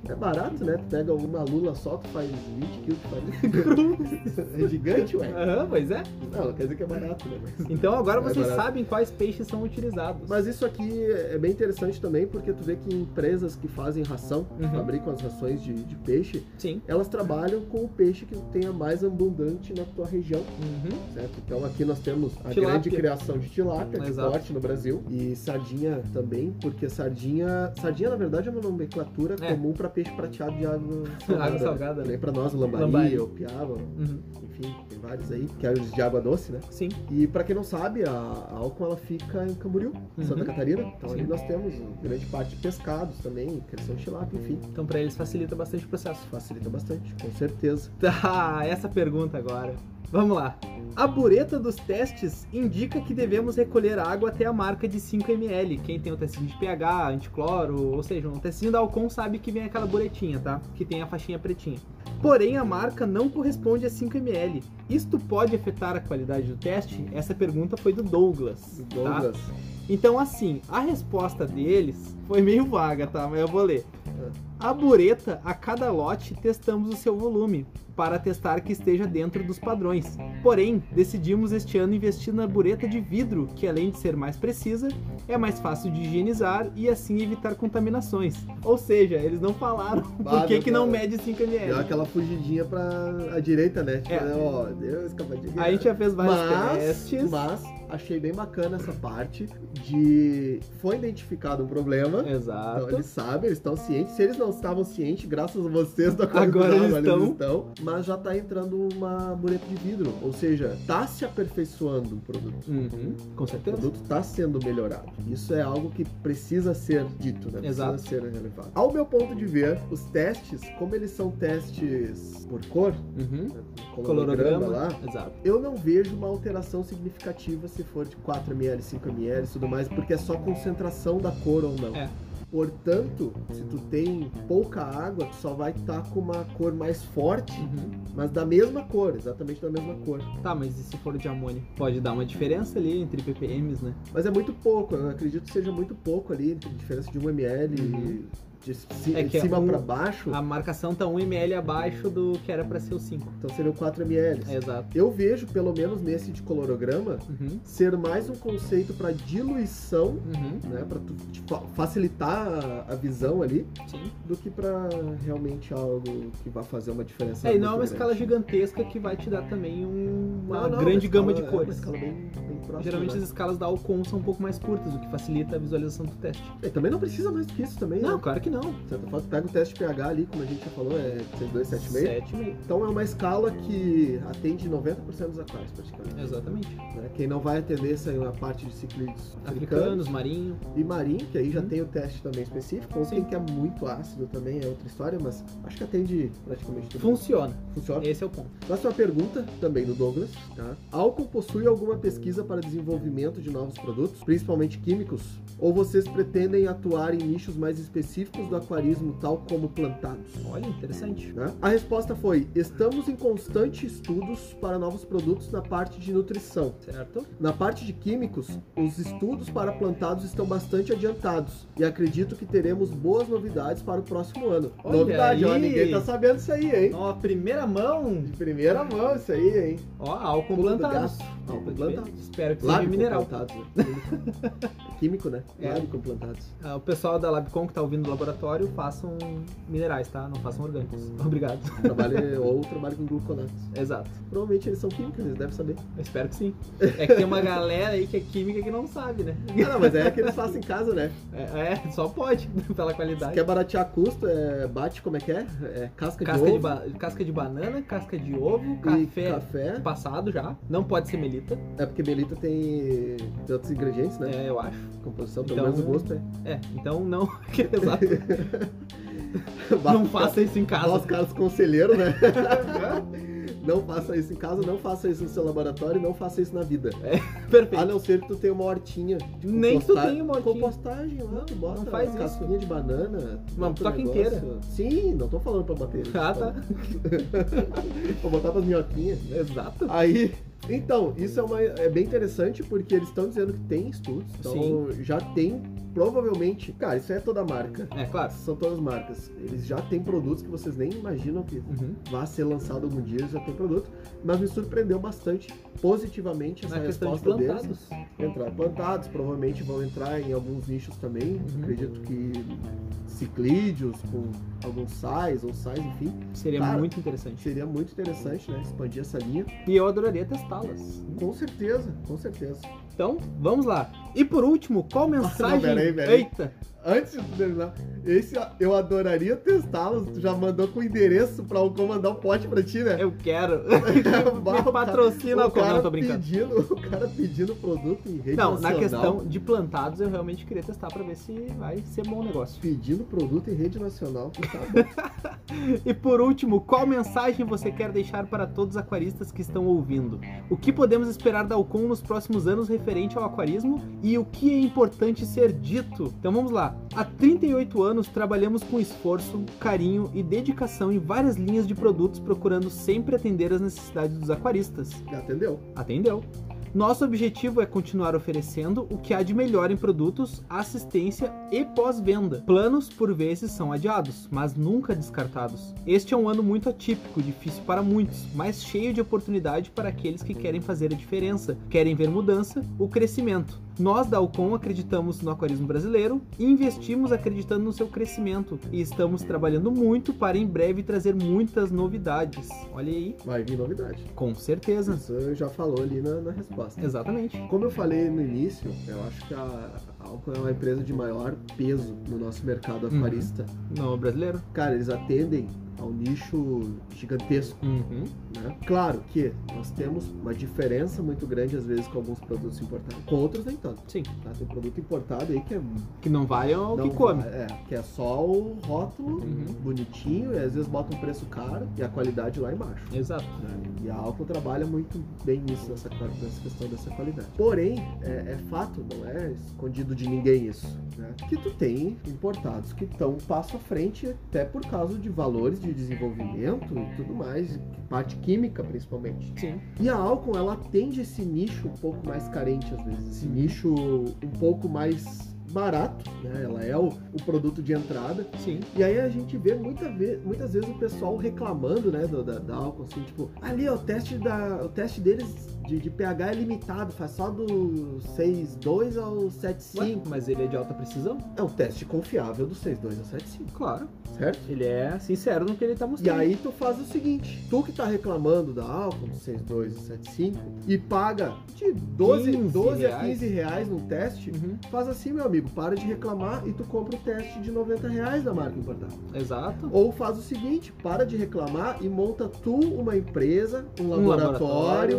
[SPEAKER 2] É barato, né? Tu pega uma lula só, tu faz 20 quilos de farinha. é gigante, ué.
[SPEAKER 1] Aham, pois é.
[SPEAKER 2] Não, quer dizer que é barato, né? Mas-
[SPEAKER 1] Então agora
[SPEAKER 2] É
[SPEAKER 1] vocês
[SPEAKER 2] barato.
[SPEAKER 1] sabem quais peixes são utilizados.
[SPEAKER 2] Mas isso aqui é bem interessante também, porque tu vê que empresas que fazem ração,
[SPEAKER 1] Uhum.
[SPEAKER 2] fabricam as rações de, de peixe,
[SPEAKER 1] Sim.
[SPEAKER 2] elas trabalham com o peixe que tenha mais abundante na tua região,
[SPEAKER 1] Uhum.
[SPEAKER 2] certo? Então aqui nós temos a
[SPEAKER 1] Tilápia.
[SPEAKER 2] grande criação de tilápia, de
[SPEAKER 1] Exato.
[SPEAKER 2] corte no Brasil, e sardinha também, porque sardinha, sardinha na verdade é uma nomenclatura
[SPEAKER 1] É.
[SPEAKER 2] comum para peixe prateado de água salgada.
[SPEAKER 1] Água salgada, né?
[SPEAKER 2] Nem para nós, lambari,
[SPEAKER 1] Lambari.
[SPEAKER 2] opiaba,
[SPEAKER 1] Uhum.
[SPEAKER 2] enfim, tem vários aí, que é os de água doce, né?
[SPEAKER 1] Sim.
[SPEAKER 2] E pra quem não sabe, a a Alcon ela fica em Camboriú, Santa
[SPEAKER 1] Uhum.
[SPEAKER 2] Catarina. Então
[SPEAKER 1] Sim.
[SPEAKER 2] ali nós temos grande parte de pescados também, questão de tilápia, enfim.
[SPEAKER 1] Então pra eles facilita bastante o processo.
[SPEAKER 2] Facilita bastante, com certeza.
[SPEAKER 1] Tá, essa pergunta agora. Vamos lá. A bureta dos testes indica que devemos recolher água até a marca de 5 ml. Quem tem o testinho de pH, anticloro, ou seja, um testinho da Alcon sabe que vem aquela buretinha, tá? Que tem a faixinha pretinha. Porém, a marca não corresponde a 5 ml. Isto pode afetar a qualidade do teste? Essa pergunta foi do Douglas. tá?
[SPEAKER 2] Douglas,
[SPEAKER 1] Então, assim, a resposta deles foi meio vaga, tá? Mas eu vou ler. A bureta, a cada lote, testamos o seu volume para testar que esteja dentro dos padrões. Porém, decidimos este ano investir na bureta de vidro, que além de ser mais precisa, é mais fácil de higienizar e assim evitar contaminações. Ou seja, eles não falaram por
[SPEAKER 2] Ah,
[SPEAKER 1] que,
[SPEAKER 2] meu
[SPEAKER 1] que não
[SPEAKER 2] Deus.
[SPEAKER 1] mede 5
[SPEAKER 2] É. deu
[SPEAKER 1] ml.
[SPEAKER 2] aquela fugidinha pra a direita, né? Tipo,
[SPEAKER 1] É.
[SPEAKER 2] ó, deu escapadinha.
[SPEAKER 1] A gente já fez vários
[SPEAKER 2] mas,
[SPEAKER 1] testes.
[SPEAKER 2] mas achei bem bacana essa parte de foi identificado um problema. Então,
[SPEAKER 1] Exato.
[SPEAKER 2] eles sabem, eles estão cientes. Se eles não estavam cientes, graças a vocês da
[SPEAKER 1] Agora eles estão.
[SPEAKER 2] Mas já tá entrando uma bureta de vidro. Ou seja, tá se aperfeiçoando o produto.
[SPEAKER 1] Uhum, com
[SPEAKER 2] O
[SPEAKER 1] certeza.
[SPEAKER 2] produto está sendo melhorado. Isso é algo que precisa ser dito, né? Precisa
[SPEAKER 1] Exato.
[SPEAKER 2] ser relevado. Ao meu ponto de ver, os testes, como eles são testes por cor,
[SPEAKER 1] Uhum.
[SPEAKER 2] né,
[SPEAKER 1] Colorograma.
[SPEAKER 2] colorograma lá,
[SPEAKER 1] Exato.
[SPEAKER 2] eu não vejo uma alteração significativa se for de 4ml, 5ml e tudo mais, porque é só concentração da cor ou não.
[SPEAKER 1] É.
[SPEAKER 2] Portanto, se tu tem pouca água, tu só vai estar com uma cor mais forte,
[SPEAKER 1] Uhum.
[SPEAKER 2] mas da mesma cor, exatamente da mesma cor.
[SPEAKER 1] Tá, mas e se for de amônio? Pode dar uma diferença ali entre ppms, né?
[SPEAKER 2] Mas é muito pouco, eu acredito que seja muito pouco ali, entre a diferença de 1 ml
[SPEAKER 1] Uhum.
[SPEAKER 2] de, ci-
[SPEAKER 1] É
[SPEAKER 2] de
[SPEAKER 1] que é
[SPEAKER 2] cima
[SPEAKER 1] um-
[SPEAKER 2] pra baixo,
[SPEAKER 1] A marcação tá 1ml abaixo do que era pra ser o 5.
[SPEAKER 2] então seriam 4 ml.
[SPEAKER 1] É, exato.
[SPEAKER 2] Eu vejo, pelo menos nesse de colorograma,
[SPEAKER 1] Uhum,
[SPEAKER 2] ser mais um conceito para diluição,
[SPEAKER 1] uhum,
[SPEAKER 2] né, para facilitar a, a visão ali,
[SPEAKER 1] sim.
[SPEAKER 2] do que para realmente algo que vai fazer uma diferença.
[SPEAKER 1] É, e não é uma
[SPEAKER 2] muito
[SPEAKER 1] escala
[SPEAKER 2] grande.
[SPEAKER 1] gigantesca que vai te dar também um- uma
[SPEAKER 2] Não, não,
[SPEAKER 1] grande
[SPEAKER 2] escala-
[SPEAKER 1] gama de
[SPEAKER 2] é Uma
[SPEAKER 1] cores.
[SPEAKER 2] escala bem, bem próxima.
[SPEAKER 1] Geralmente
[SPEAKER 2] né?
[SPEAKER 1] as escalas da Alcon são um pouco mais curtas, o que facilita a visualização do teste.
[SPEAKER 2] É, também não precisa mais que isso também.
[SPEAKER 1] Não,
[SPEAKER 2] né?
[SPEAKER 1] claro que não.
[SPEAKER 2] De certa forma, tu pega o teste de pH ali, como a gente já falou, é 6,276.
[SPEAKER 1] 7,5.
[SPEAKER 2] Então é uma escala que atende 90% dos aquários, praticamente.
[SPEAKER 1] Exatamente.
[SPEAKER 2] né? Quem não vai atender saiu a parte de ciclides africanos
[SPEAKER 1] Africanos, marinho.
[SPEAKER 2] e marinho, que aí já
[SPEAKER 1] Uhum.
[SPEAKER 2] tem o teste também específico. Ou
[SPEAKER 1] Sim.
[SPEAKER 2] quem quer muito ácido também é outra história, mas acho que atende praticamente tudo.
[SPEAKER 1] Funciona.
[SPEAKER 2] Funciona.
[SPEAKER 1] Esse é o ponto.
[SPEAKER 2] Próxima pergunta, também do Douglas. Tá? Alcon possui alguma pesquisa para desenvolvimento de novos produtos, principalmente químicos? Ou vocês pretendem atuar em nichos mais específicos do aquarismo, tal como plantados?
[SPEAKER 1] Olha, interessante.
[SPEAKER 2] né? A resposta foi: estamos em constante estudos para novos produtos na parte de nutrição.
[SPEAKER 1] Certo?
[SPEAKER 2] Na parte de químicos, os estudos para plantados estão bastante adiantados e acredito que teremos boas novidades para o próximo ano.
[SPEAKER 1] Olha
[SPEAKER 2] Novidade, ó,
[SPEAKER 1] aí!
[SPEAKER 2] ninguém tá sabendo isso aí, hein?
[SPEAKER 1] Ó, primeira mão.
[SPEAKER 2] De primeira mão isso aí, hein?
[SPEAKER 1] Ó, Alcon tá
[SPEAKER 2] Pulo do
[SPEAKER 1] plantados.
[SPEAKER 2] gato. Álcool plantado.
[SPEAKER 1] Espero né? que seja
[SPEAKER 2] Lábico
[SPEAKER 1] mineral.
[SPEAKER 2] plantados, né? Químico. Químico, né?
[SPEAKER 1] É.
[SPEAKER 2] Lábico plantados.
[SPEAKER 1] Ah, O pessoal da Labcom que tá ouvindo o laboratório, façam minerais, tá? Não façam orgânicos.
[SPEAKER 2] Hum.
[SPEAKER 1] Obrigado.
[SPEAKER 2] Trabalho, ou trabalho com gluconatos.
[SPEAKER 1] Exato.
[SPEAKER 2] Provavelmente eles são químicos, eles devem saber.
[SPEAKER 1] Eu espero que sim. É que tem uma galera aí que é química que não sabe, né?
[SPEAKER 2] Ah, não, mas é que eles façam em casa, né?
[SPEAKER 1] É, é, só pode, pela qualidade.
[SPEAKER 2] Quer baratear custo, é, bate como é que é? É casca,
[SPEAKER 1] Casca
[SPEAKER 2] de
[SPEAKER 1] de,
[SPEAKER 2] ovo
[SPEAKER 1] ba- casca de banana, casca de ovo,
[SPEAKER 2] e
[SPEAKER 1] café
[SPEAKER 2] café.
[SPEAKER 1] passado já. Não pode ser melita,
[SPEAKER 2] É porque melita tem, tem outros ingredientes, né?
[SPEAKER 1] é, eu acho.
[SPEAKER 2] Composição, pelo
[SPEAKER 1] Então-
[SPEAKER 2] menos o gosto é.
[SPEAKER 1] É, então não. Exato. Não faça isso em
[SPEAKER 2] Ó, os
[SPEAKER 1] casa.
[SPEAKER 2] caras conselheiros, né? Não faça isso em casa, não faça isso no seu laboratório, não faça isso na vida.
[SPEAKER 1] Perfeito.
[SPEAKER 2] A não ser que tu tenha uma hortinha. de
[SPEAKER 1] Nem que tu
[SPEAKER 2] composta-
[SPEAKER 1] tenha uma hortinha.
[SPEAKER 2] Compostagem lá,
[SPEAKER 1] Não,
[SPEAKER 2] tu bota
[SPEAKER 1] não faz isso.
[SPEAKER 2] casquinha de banana.
[SPEAKER 1] Uma
[SPEAKER 2] bota um
[SPEAKER 1] toca
[SPEAKER 2] negócio.
[SPEAKER 1] inteira.
[SPEAKER 2] Sim, não tô falando pra bater.
[SPEAKER 1] Ah, tá.
[SPEAKER 2] Vou botar pras minhoquinhas.
[SPEAKER 1] Exato.
[SPEAKER 2] Aí, então, isso é, uma- é bem interessante porque eles estão dizendo que tem estudos, então
[SPEAKER 1] Sim.
[SPEAKER 2] já tem, provavelmente, cara, isso é toda marca,
[SPEAKER 1] É, claro.
[SPEAKER 2] são todas marcas, eles já têm produtos que vocês nem imaginam que
[SPEAKER 1] Uhum.
[SPEAKER 2] vá ser lançado algum dia, eles já tem produto, mas me surpreendeu bastante positivamente essa
[SPEAKER 1] Na questão de
[SPEAKER 2] resposta é deles.
[SPEAKER 1] plantados.
[SPEAKER 2] Entrar plantados, provavelmente vão entrar em alguns nichos também,
[SPEAKER 1] Uhum.
[SPEAKER 2] acredito que ciclídeos com alguns sais ou sais, enfim,
[SPEAKER 1] Seria
[SPEAKER 2] Cara.
[SPEAKER 1] muito interessante.
[SPEAKER 2] seria muito interessante, né, expandir essa linha.
[SPEAKER 1] E eu adoraria testá-las.
[SPEAKER 2] Com certeza, com certeza.
[SPEAKER 1] Então, vamos lá. E por último, qual mensagem.
[SPEAKER 2] peraí, peraí.
[SPEAKER 1] Eita!
[SPEAKER 2] Antes de terminar, esse eu adoraria testá-los. Tu já mandou com o endereço pra o comandar o pote pra ti, né?
[SPEAKER 1] Eu quero.
[SPEAKER 2] Me
[SPEAKER 1] Me patrocina o Conan, não tô brincando.
[SPEAKER 2] Pedindo, o cara pedindo produto em rede
[SPEAKER 1] Não,
[SPEAKER 2] nacional.
[SPEAKER 1] na questão de plantados, eu realmente queria testar pra ver se vai ser bom o negócio.
[SPEAKER 2] Pedindo produto em rede nacional. Tá bom.
[SPEAKER 1] E por último, qual mensagem você quer deixar para todos os aquaristas que estão ouvindo? O que podemos esperar da Alcon nos próximos anos referente ao aquarismo e o que é importante ser dito? Então vamos lá. Há 38 anos trabalhamos com esforço, carinho e dedicação em várias linhas de produtos procurando sempre atender às necessidades dos aquaristas.
[SPEAKER 2] Já Atendeu?
[SPEAKER 1] Atendeu. Nosso objetivo é continuar oferecendo o que há de melhor em produtos, assistência e pós-venda. Planos por vezes são adiados, mas nunca descartados. Este é um ano muito atípico, difícil para muitos, mas cheio de oportunidade para aqueles que querem fazer a diferença, querem ver mudança, o crescimento. Nós da Alcon acreditamos no aquarismo brasileiro e investimos acreditando no seu crescimento e estamos trabalhando muito para em breve trazer muitas novidades. Olha aí,
[SPEAKER 2] Vai vir novidade.
[SPEAKER 1] com certeza.
[SPEAKER 2] Isso já falou ali na, na resposta.
[SPEAKER 1] Exatamente.
[SPEAKER 2] Como eu falei no início, eu acho que a Alco é uma empresa de maior peso no nosso mercado
[SPEAKER 1] Uhum.
[SPEAKER 2] aquarista.
[SPEAKER 1] Não, brasileiro.
[SPEAKER 2] Cara, eles atendem ao nicho gigantesco.
[SPEAKER 1] Uhum.
[SPEAKER 2] né? Claro que nós temos uma diferença muito grande às vezes com alguns produtos importados, com outros nem tanto.
[SPEAKER 1] Sim.
[SPEAKER 2] Tá? Tem produto importado aí que é
[SPEAKER 1] Que não vale é o
[SPEAKER 2] não-
[SPEAKER 1] que come.
[SPEAKER 2] é, que é só o rótulo
[SPEAKER 1] Uhum.
[SPEAKER 2] bonitinho e às vezes bota um preço caro e a qualidade lá embaixo.
[SPEAKER 1] Exato.
[SPEAKER 2] né? E a Alco trabalha muito bem nisso, nessa, qual- nessa questão dessa qualidade. Porém, é, é fato, não é escondido de ninguém isso, né? Que tu tem importados que estão um passo à frente, até por causa de valores de desenvolvimento e tudo mais, parte química principalmente.
[SPEAKER 1] Sim.
[SPEAKER 2] E a Alcon, ela atende esse nicho um pouco mais carente, às vezes. Esse
[SPEAKER 1] Uhum.
[SPEAKER 2] nicho um pouco mais barato, né? Ela é o, o produto de entrada.
[SPEAKER 1] Sim.
[SPEAKER 2] E aí a gente vê muita ve- muitas vezes o pessoal reclamando, né, do- da, da Alcon, assim, tipo... Ali, ó, o teste, da, o teste deles de, de pH é limitado, faz só do 6.2 ao 7.5.
[SPEAKER 1] Ué, mas ele é de alta precisão?
[SPEAKER 2] É um teste confiável do 6.2 ao 7.5,
[SPEAKER 1] Claro.
[SPEAKER 2] certo?
[SPEAKER 1] Ele é sincero no que ele tá
[SPEAKER 2] E
[SPEAKER 1] mostrando.
[SPEAKER 2] aí tu faz o seguinte, tu que tá reclamando da Alcon 62 e 75 e paga de 12,
[SPEAKER 1] 15
[SPEAKER 2] 12 a
[SPEAKER 1] reais.
[SPEAKER 2] 15 reais num teste,
[SPEAKER 1] Uhum.
[SPEAKER 2] faz assim, meu amigo, para de reclamar e tu compra o teste de 90 reais da marca importada.
[SPEAKER 1] Exato.
[SPEAKER 2] Ou faz o seguinte, para de reclamar e monta tu uma empresa, um laboratório,
[SPEAKER 1] laboratório.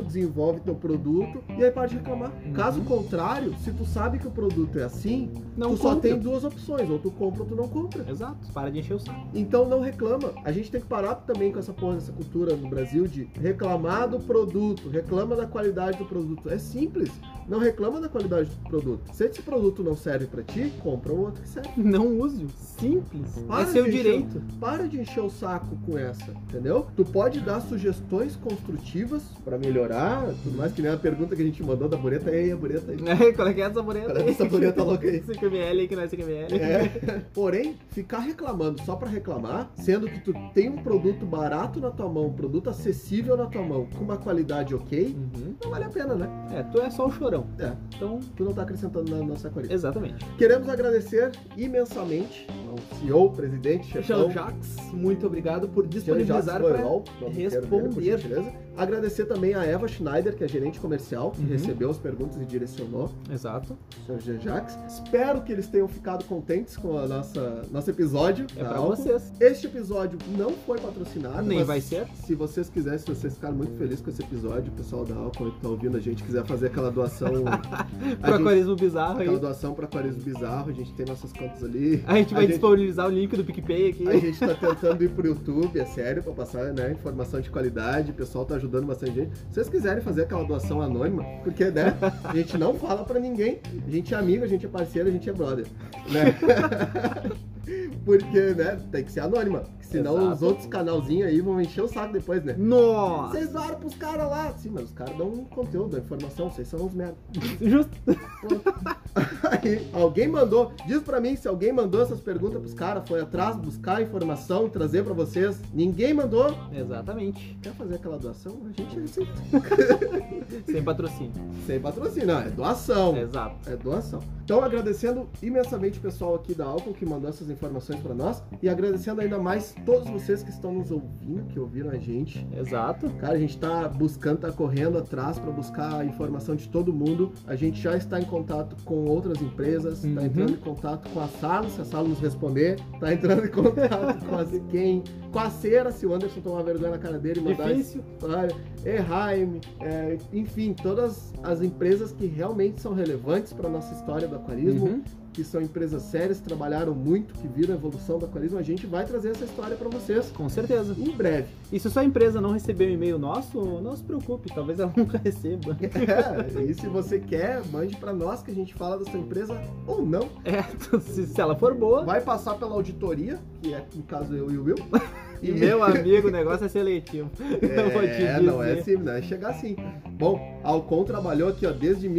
[SPEAKER 2] desenvolve teu produto e aí para de reclamar.
[SPEAKER 1] Uhum.
[SPEAKER 2] Caso contrário, se tu sabe que o produto é assim,
[SPEAKER 1] Não
[SPEAKER 2] tu só
[SPEAKER 1] compra.
[SPEAKER 2] tem duas opções, ou tu compra ou tu não compra.
[SPEAKER 1] Exato. Para de encher o saco.
[SPEAKER 2] Então não reclama. A gente tem que parar também com essa porra, essa cultura no Brasil de reclamar do produto, reclama da qualidade do produto. É simples. Não reclama da qualidade do produto. Se esse produto não serve pra ti, compra um outro que serve.
[SPEAKER 1] Não use-o. Simples.
[SPEAKER 2] Para
[SPEAKER 1] é seu
[SPEAKER 2] de encher
[SPEAKER 1] direito.
[SPEAKER 2] Para de encher o saco com essa, entendeu? Tu pode dar sugestões construtivas pra melhorar, tudo mais que nem a pergunta que a gente mandou da bureta aí, a bureta aí.
[SPEAKER 1] Né? Qual é que é essa bureta?
[SPEAKER 2] Qual é essa bureta louca aí?
[SPEAKER 1] 5ml aí que não é 5ml.
[SPEAKER 2] É. Porém, ficar reclamando só pra reclamar, sendo que tu tem um produto barato na tua mão, um produto acessível na tua mão, com uma qualidade ok,
[SPEAKER 1] Uhum.
[SPEAKER 2] não vale a pena, né?
[SPEAKER 1] É, tu é só o chorão.
[SPEAKER 2] É.
[SPEAKER 1] Então,
[SPEAKER 2] Tu não tá acrescentando na nossa qualidade.
[SPEAKER 1] exatamente.
[SPEAKER 2] Queremos agradecer imensamente ao CEO, presidente, chefão,
[SPEAKER 1] Jean Jacques, muito obrigado por
[SPEAKER 2] Jean-Jacques
[SPEAKER 1] disponibilizar
[SPEAKER 2] Boirol, nome inteiro dele, por
[SPEAKER 1] responder.
[SPEAKER 2] gentileza. Agradecer também a Eva Schneider, que é gerente comercial, que
[SPEAKER 1] Uhum.
[SPEAKER 2] recebeu as perguntas e direcionou
[SPEAKER 1] Exato.
[SPEAKER 2] o Sr. Jejax. Espero que eles tenham ficado contentes com o nosso episódio. Tá?
[SPEAKER 1] É
[SPEAKER 2] da
[SPEAKER 1] pra
[SPEAKER 2] álcool.
[SPEAKER 1] vocês.
[SPEAKER 2] Este episódio não foi patrocinado.
[SPEAKER 1] Nem
[SPEAKER 2] mas
[SPEAKER 1] vai ser.
[SPEAKER 2] Se vocês quisessem, se vocês ficaram muito felizes com esse episódio, o pessoal da Alcon que tá ouvindo a gente, quiser fazer aquela doação.
[SPEAKER 1] Pro
[SPEAKER 2] a gente,
[SPEAKER 1] aquarismo bizarro aí.
[SPEAKER 2] aquela doação pra Aquarismo Bizarro, a gente tem nossas contas ali.
[SPEAKER 1] A gente vai
[SPEAKER 2] gente-
[SPEAKER 1] disponibilizar o link do PicPay aqui.
[SPEAKER 2] A gente tá tentando ir pro YouTube, é sério, pra passar né, informação de qualidade. O pessoal tá ajudando bastante gente. Se vocês quiserem fazer aquela doação anônima, porque, né? A gente não fala pra ninguém. A gente é amigo, a gente é parceiro, a gente é brother. Né? Porque, né? Tem que ser anônima. Senão
[SPEAKER 1] Exato.
[SPEAKER 2] os outros canalzinhos aí vão encher o saco depois, né?
[SPEAKER 1] Nossa!
[SPEAKER 2] Vocês doaram pros caras lá. Sim, mas os caras dão um conteúdo, dão informação. Vocês são uns merda.
[SPEAKER 1] Justo.
[SPEAKER 2] Aí, alguém mandou. Diz pra mim se alguém mandou essas perguntas pros caras. Foi atrás buscar informação, trazer pra vocês. Ninguém mandou.
[SPEAKER 1] Exatamente.
[SPEAKER 2] Quer fazer aquela doação? A gente aceita.
[SPEAKER 1] Sem patrocínio.
[SPEAKER 2] Sem patrocínio. Não, é doação.
[SPEAKER 1] Exato.
[SPEAKER 2] É doação. Então, agradecendo imensamente o pessoal aqui da Alcon que mandou essas informações pra nós. E agradecendo ainda mais todos vocês que estão nos ouvindo, que ouviram a gente.
[SPEAKER 1] Exato.
[SPEAKER 2] Cara, a gente tá buscando, tá correndo atrás pra buscar a informação de todo mundo. A gente já está em contato com outras empresas,
[SPEAKER 1] Uhum.
[SPEAKER 2] tá entrando em contato com a Sala, se a Sala nos responder, tá entrando em contato com as quem, com a Cera, se o Anderson tomar vergonha na cara dele e mandar essa
[SPEAKER 1] Difícil.
[SPEAKER 2] história, Erheim, é, enfim, todas as empresas que realmente são relevantes pra nossa história do aquarismo,
[SPEAKER 1] Uhum.
[SPEAKER 2] que são empresas sérias, que trabalharam muito, que viram a evolução do aquarismo, a gente vai trazer essa história pra vocês
[SPEAKER 1] Com certeza.
[SPEAKER 2] em breve.
[SPEAKER 1] E se sua empresa não receber o e-mail nosso, não se preocupe, talvez ela nunca receba.
[SPEAKER 2] É, e se você quer, mande pra nós que a gente fala da sua empresa ou não.
[SPEAKER 1] É, se, se ela for boa.
[SPEAKER 2] Vai passar pela auditoria, que é, no caso, eu e o Will.
[SPEAKER 1] E meu amigo, o negócio é seletivo. eu vou te
[SPEAKER 2] É,
[SPEAKER 1] dizer.
[SPEAKER 2] não é assim, não é chegar assim. Bom, a Alcon trabalhou aqui ó, desde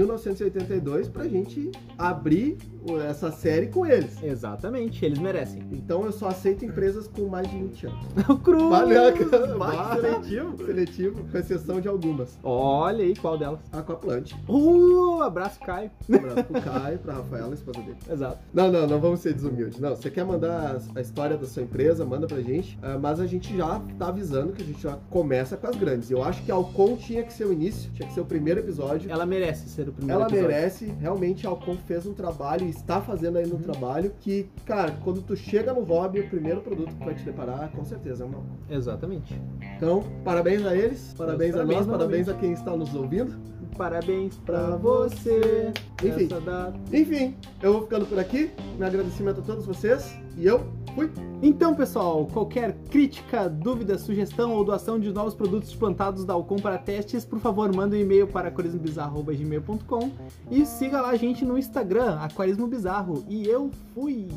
[SPEAKER 2] 1982 pra gente abrir o- essa série com eles.
[SPEAKER 1] Exatamente, eles merecem.
[SPEAKER 2] Então eu só aceito empresas com mais de 20 anos.
[SPEAKER 1] O Cruz!
[SPEAKER 2] Valeu, cara.
[SPEAKER 1] Vai,
[SPEAKER 2] Vai.
[SPEAKER 1] Uh, seletivo.
[SPEAKER 2] Seletivo, com exceção de algumas.
[SPEAKER 1] Olha aí qual delas.
[SPEAKER 2] Aquaplant.
[SPEAKER 1] Uh, abraço, Caio.
[SPEAKER 2] Um abraço pro Caio, pra Rafaela, a esposa dele.
[SPEAKER 1] Exato.
[SPEAKER 2] Não, não, não vamos ser desumildes. Não, você quer mandar a- a história da sua empresa, manda pra gente. ah, mas a gente já tá avisando que a gente já começa com as grandes. Eu acho que a Alcon tinha que ser o início, tinha que ser o primeiro episódio.
[SPEAKER 1] Ela merece ser É o primeiro
[SPEAKER 2] Ela
[SPEAKER 1] episódio.
[SPEAKER 2] merece, realmente a Alcon fez um trabalho e está fazendo ainda um
[SPEAKER 1] Uhum.
[SPEAKER 2] trabalho que, cara, quando tu chega no hobby, o primeiro produto que vai te deparar, com certeza, é uma Alcon.
[SPEAKER 1] Exatamente.
[SPEAKER 2] Então, parabéns a eles, parabéns, a
[SPEAKER 1] parabéns
[SPEAKER 2] nós,
[SPEAKER 1] novamente.
[SPEAKER 2] parabéns a quem está nos ouvindo.
[SPEAKER 1] Parabéns pra você.
[SPEAKER 2] Enfim.
[SPEAKER 1] Essa data.
[SPEAKER 2] Enfim, eu vou ficando por aqui. Meu agradecimento a todos vocês e eu fui.
[SPEAKER 1] Então, pessoal, qualquer crítica, dúvida, sugestão ou doação de novos produtos plantados da Alcon para testes, por favor, manda um e-mail para aquarismobizarro.gmail.com e siga lá a gente no Instagram, Aquarismo Bizarro. E eu fui!